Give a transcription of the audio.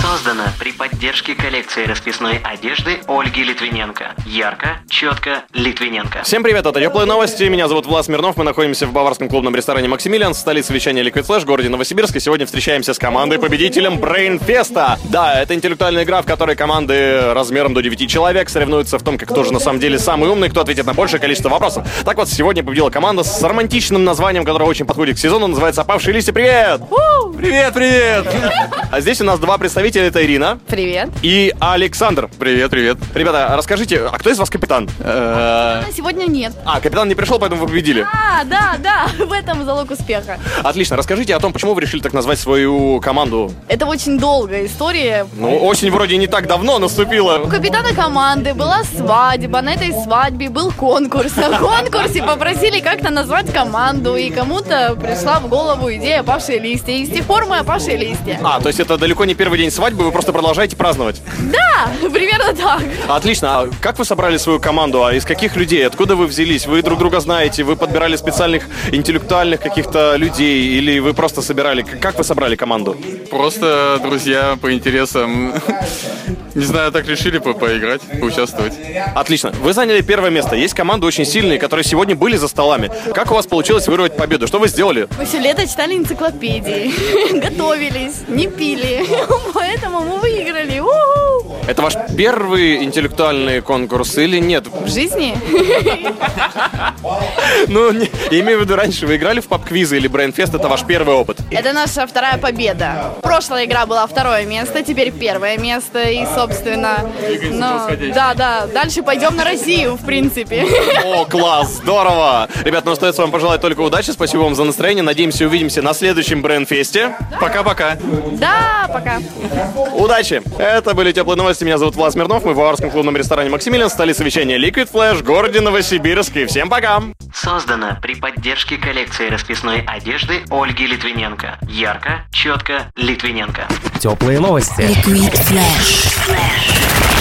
Создано при поддержке коллекции расписной одежды Ольги Литвиненко. Ярко, четко, Литвиненко. Всем привет, это Теплые новости. Меня зовут Влас Смирнов. Мы находимся в баварском клубном ресторане «Максимилиан» в столице вещания Liquid Flash, городе Новосибирск. И сегодня встречаемся с командой-победителем Брейнфеста. Да, это интеллектуальная игра, в которой команды размером до 9 человек соревнуются в том, как кто же на самом деле самый умный, кто ответит на большее количество вопросов. Так вот, сегодня победила команда с романтичным названием, которое очень подходит к сезону, называется «Опавшие листья». Привет! Привет, привет! А здесь у нас два представителя, это Ирина Привет. и Александр. Привет, привет. Ребята, расскажите, а кто из вас капитан? Э, Сегодня нет. А, капитан не пришел, поэтому вы победили. А, да, да, в этом залог успеха. Отлично. Расскажите о том, почему вы решили так назвать свою команду. Это очень долгая история. Ну, осень вроде не так давно У наступила. капитана команды была свадьба, на этой свадьбе был конкурс. На конкурсе попросили как-то назвать команду, и кому-то пришла в голову идея «Опавшие листья». И с тех пор мы «Опавшие листья». А, то есть это далеко не первый день свадьбы, вы просто продолжаете праздновать. Да, примерно так. Отлично. А как вы собрали свою команду? А из каких людей? Откуда вы взялись? Вы друг друга знаете? Вы подбирали специальных интеллектуальных каких-то людей? Или вы просто собирали? К- Как вы собрали команду? Просто друзья по интересам. Не знаю, так решили по- поиграть, поучаствовать. Отлично. Вы заняли первое место. Есть команды очень сильные, которые сегодня были за столами. Как у вас получилось вырвать победу? Что вы сделали? Мы все лето читали энциклопедии, готовились, не пили, поэтому мы выиграли. У-ху! Это ваш первый интеллектуальный конкурс или нет? В жизни? Ну, не- я имею в виду, раньше вы играли в паб-квизы или брейнфест, это ваш первый опыт. Это наша вторая победа. Прошлая игра была второе место, теперь первое место. И, собственно, ну, да, да, дальше пойдем на Россию, в принципе. О, класс, здорово! Ребят, ну остается вам пожелать только удачи, спасибо вам за настроение, надеемся, увидимся на следующем брейнфесте. Пока-пока. Да, пока. Удачи! Это были теплые новости, меня зовут Влас Смирнов, мы в Аварском клубном ресторане «Максимилиан», столица вещания Liquid Flash, в городе Новосибирск, и всем пока! Создано при поддержке коллекции расписной одежды Ольги Литвиненко. Ярко, четко, Литвиненко. Теплые новости. Liquid Flash.